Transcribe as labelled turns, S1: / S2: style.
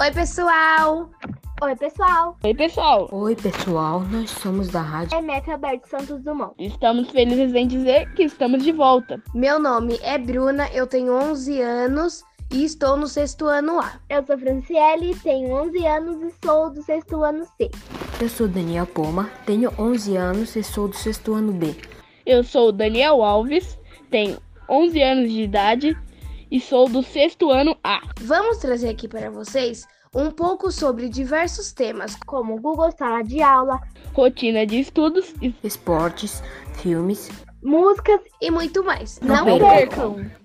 S1: Oi, pessoal!
S2: Oi, pessoal.
S3: Oi, pessoal!
S4: Oi, pessoal, nós somos da rádio.
S2: É Mef Alberto Santos Dumont.
S3: Estamos felizes em dizer que estamos de volta.
S1: Meu nome é Bruna, eu tenho 11 anos e estou no sexto ano A.
S2: Eu sou Franciele, tenho 11 anos e sou do sexto ano C.
S4: Eu sou Daniel Poma, tenho 11 anos e sou do sexto ano B.
S3: Eu sou Daniel Alves, tenho 11 anos de idade e sou do sexto ano A.
S1: Vamos trazer aqui para vocês um pouco sobre diversos temas.
S2: Como Google Sala de Aula,
S3: Rotina de estudos e
S4: Esportes, filmes,
S2: músicas
S1: e muito mais.
S4: Não
S1: Não percam!
S3: percam.